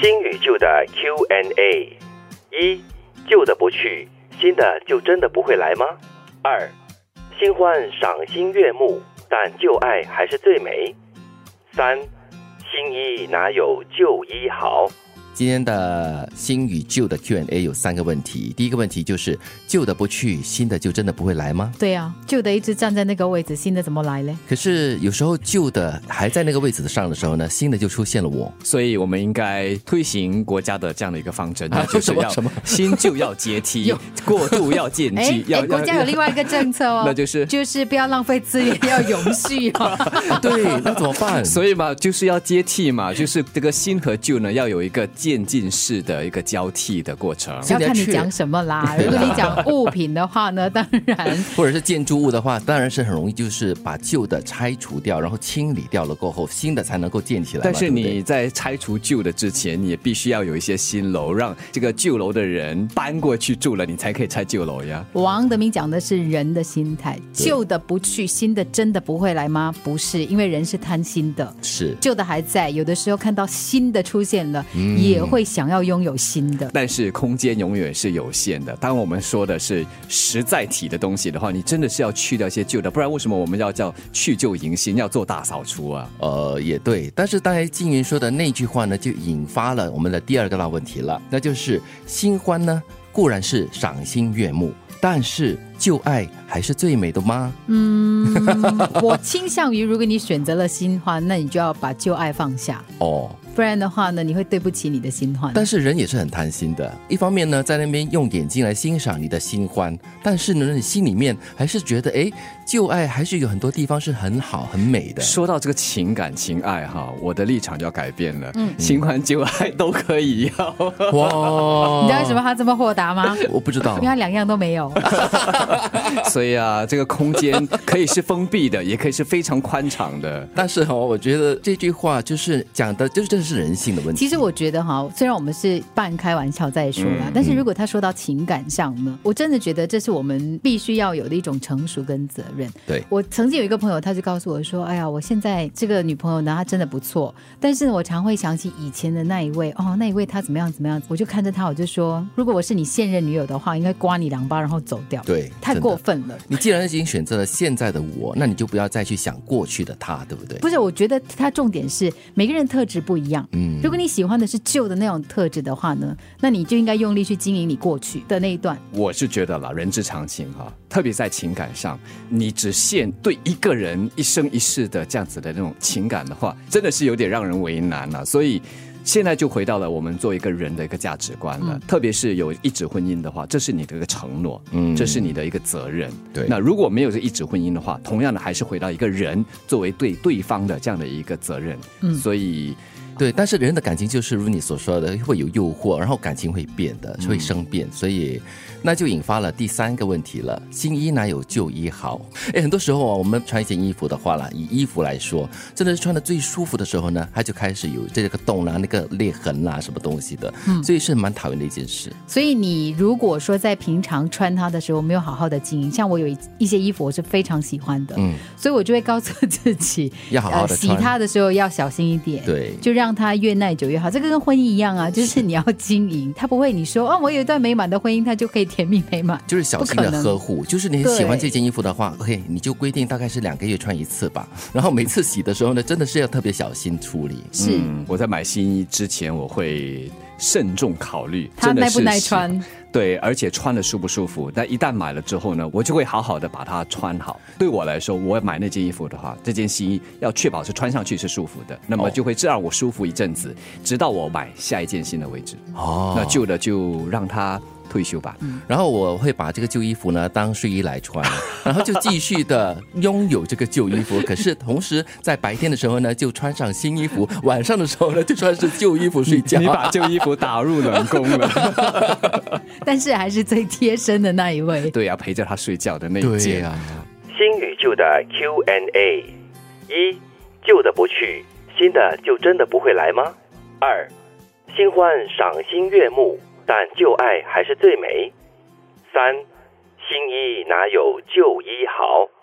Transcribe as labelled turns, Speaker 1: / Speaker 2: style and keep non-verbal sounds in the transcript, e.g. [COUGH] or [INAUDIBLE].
Speaker 1: 新与旧的 Q&A：一、旧的不去，新的就真的不会来吗？二、新欢赏心悦目，但旧爱还是最美。三、新衣哪有旧衣好？
Speaker 2: 今天的新与旧的 Q&A 有三个问题。第一个问题就是旧的不去，新的就真的不会来吗？
Speaker 3: 对呀、旧的一直站在那个位置，新的怎么来嘞？
Speaker 2: 可是有时候旧的还在那个位置上的时候呢，新的就出现了我。
Speaker 4: 所以我们应该推行国家的这样的一个方针，那就是
Speaker 2: 啊
Speaker 4: 要
Speaker 2: 什么
Speaker 4: 新旧要
Speaker 2: [LAUGHS]
Speaker 4: 阶梯，过渡要渐
Speaker 3: 哎
Speaker 4: 进，要
Speaker 3: 哎，国家有另外一个政策哦，
Speaker 4: [LAUGHS] 那就是
Speaker 3: 就是不要浪费资源，要永续
Speaker 4: [LAUGHS]
Speaker 3: 哦。
Speaker 2: 啊对，那怎么办？
Speaker 4: 所以嘛，就是要接替嘛，就是这个新和旧呢，要有一个渐进式的一个交替的过程。
Speaker 3: 要
Speaker 2: 现在
Speaker 3: 看你
Speaker 2: 去
Speaker 3: 讲什么啦。如果你讲物品的话呢，当然。 [LAUGHS]
Speaker 2: 或者是建筑物的话，当然是很容易，就是把旧的拆除掉，然后清理掉了过后，新的才能够建起来嘛。
Speaker 4: 但是
Speaker 2: 对不对
Speaker 4: 你在拆除旧的之前，你也必须要有一些新楼，让这个旧楼的人搬过去住了，你才可以拆旧楼呀。
Speaker 3: 王德明讲的是人的心态，
Speaker 2: 对
Speaker 3: 旧的不去，新的真的不会来吗？不是，因为人是贪心的，
Speaker 2: 是
Speaker 3: 旧的还在，有的时候看到新的出现了，
Speaker 4: 嗯
Speaker 3: 也会想要拥有新
Speaker 4: [LAUGHS]
Speaker 3: 的。
Speaker 4: 但是空间永远是有限的。当我们说的是实在体的东西的话，你真的是要去掉一些旧的，不然为什么我们要叫去旧迎新，要做大扫除啊？
Speaker 2: 呃，也对，但是刚才静云说的那句话呢，就引发了我们的第二个大问题了，那就是新欢呢固然是赏心悦目，但是旧爱还是最美的吗？
Speaker 3: 我倾向于，如果你选择了新欢，那你就要把旧爱放下，
Speaker 2: 哦，
Speaker 3: 不然的话呢，你会对不起你的新欢。
Speaker 2: 但是人也是很贪心的，一方面呢，在那边用眼睛来欣赏你的新欢，但是呢，你心里面还是觉得，哎，旧爱还是有很多地方是很好、很美的。
Speaker 4: 说到这个情感情爱哈，我的立场就要改变了。嗯，新欢旧爱都可以要。
Speaker 2: 哇，
Speaker 3: 你知道为什么？他这么豁达吗？
Speaker 2: 我不知道
Speaker 3: 因为。他两样都没有。 [LAUGHS]
Speaker 4: 所以啊，这个空间可以是封闭的，也可以是非常宽敞的。
Speaker 2: 但是哦，我觉得这句话就是讲的，就是这是人性的问题。
Speaker 3: 其实我觉得哈，虽然我们是半开玩笑在说
Speaker 2: 嗯
Speaker 3: 啦，但是如果他说到情感上呢，我真的觉得这是我们必须要有的一种成熟跟责任。
Speaker 2: 对
Speaker 3: 我曾经有一个朋友，他就告诉我说：“哎呀，我现在这个女朋友呢，她真的不错，但是呢，我常会想起以前的那一位，哦，那一位她怎么样怎么样，我就看着她，我就说，如果我是你现任女友的话，应该刮你两巴，然后走掉。
Speaker 2: 对
Speaker 3: 太
Speaker 2: 真的
Speaker 3: 过分了。”
Speaker 2: 你既然已经选择了现在的我，那你就不要再去想过去的他，对不对？
Speaker 3: 不是，我觉得它重点是每个人特质不一样。嗯，如果你喜欢的是旧的那种特质的话呢，那你就应该用力去经营你过去的那一段。
Speaker 4: 我是觉得啦，人之常情哈、特别在情感上，你只限对一个人一生一世的这样子的那种情感的话，真的是有点让人为难了、所以。现在就回到了我们做一个人的一个价值观
Speaker 3: 嗯
Speaker 4: 了，特别是有一纸婚姻的话，这是你的一个承诺，嗯，这是你的一个责任。
Speaker 2: 对
Speaker 4: 那如果没有这一纸婚姻的话，同样的还是回到一个人作为对对方的这样的一个责任。嗯，所以
Speaker 2: 对，但是人的感情就是如你所说的，会有诱惑，然后感情会变的，会生变，所以那就引发了第三个问题了：新衣哪有旧衣好？ [LAUGHS] 哎，很多时候啊，我们穿一件衣服的话啦，以衣服来说，真的是穿的最舒服的时候呢，它就开始有这个洞啊啦、那个裂痕啦、什么东西的，
Speaker 3: 嗯
Speaker 2: 所以是蛮讨厌的一件事。
Speaker 3: 所以你如果说在平常穿它的时候没有好好的经营，像我有一一些衣服我是非常喜欢的，嗯，所以我就会告诉自己，
Speaker 2: 要好好地
Speaker 3: 呃、洗
Speaker 2: 穿
Speaker 3: 它的时候要小心一点，
Speaker 2: 对
Speaker 3: 就让它越耐久越好。这个跟婚姻一样啊，就是你要经营，它不会你说哦，我有一段美满的婚姻，它就可以甜蜜美满，
Speaker 2: 就是小心
Speaker 3: 不
Speaker 2: 的
Speaker 3: 可能
Speaker 2: 呵护，就是你喜欢
Speaker 3: 对
Speaker 2: 这件衣服的话，OK，你就规定大概是两个月穿一次吧。 [LAUGHS] 然后每次洗的时候呢，真的是要特别小心处理。
Speaker 3: 是、
Speaker 4: 嗯，我在买新衣之前，我会慎重考虑，
Speaker 3: 它
Speaker 4: 真的
Speaker 3: 耐不
Speaker 4: 是
Speaker 3: 耐
Speaker 4: 喜
Speaker 3: 穿。
Speaker 4: 对，而且穿的舒不舒服。但一旦买了之后呢，我就会好好的把它穿好。对我来说，我买那件衣服的话，这件新衣要确保是穿上去是舒服的，那么
Speaker 2: 哦
Speaker 4: 就会这让我舒服一阵子，直到我买下一件新的为止。
Speaker 2: 哦
Speaker 4: 那旧的就让它退休吧。
Speaker 3: 嗯
Speaker 2: 然后我会把这个旧衣服呢当睡衣来穿， [LAUGHS] 然后就继续的拥有这个旧衣服。可是同时在白天的时候呢，就穿上新衣服；晚上的时候呢，就穿是旧衣服睡
Speaker 3: [LAUGHS]
Speaker 2: 觉。
Speaker 4: 你把旧衣服打入冷宫了，
Speaker 3: 但是还是最贴身的那一位。
Speaker 4: [LAUGHS] 对呀、陪着他睡觉的那一
Speaker 2: 对
Speaker 4: 件
Speaker 2: 呀、
Speaker 1: 新与旧的 Q&A：一、旧的不去，新的就真的不会来吗？二、新欢赏心悦目，但旧爱还是最美。三、新衣哪有旧衣好？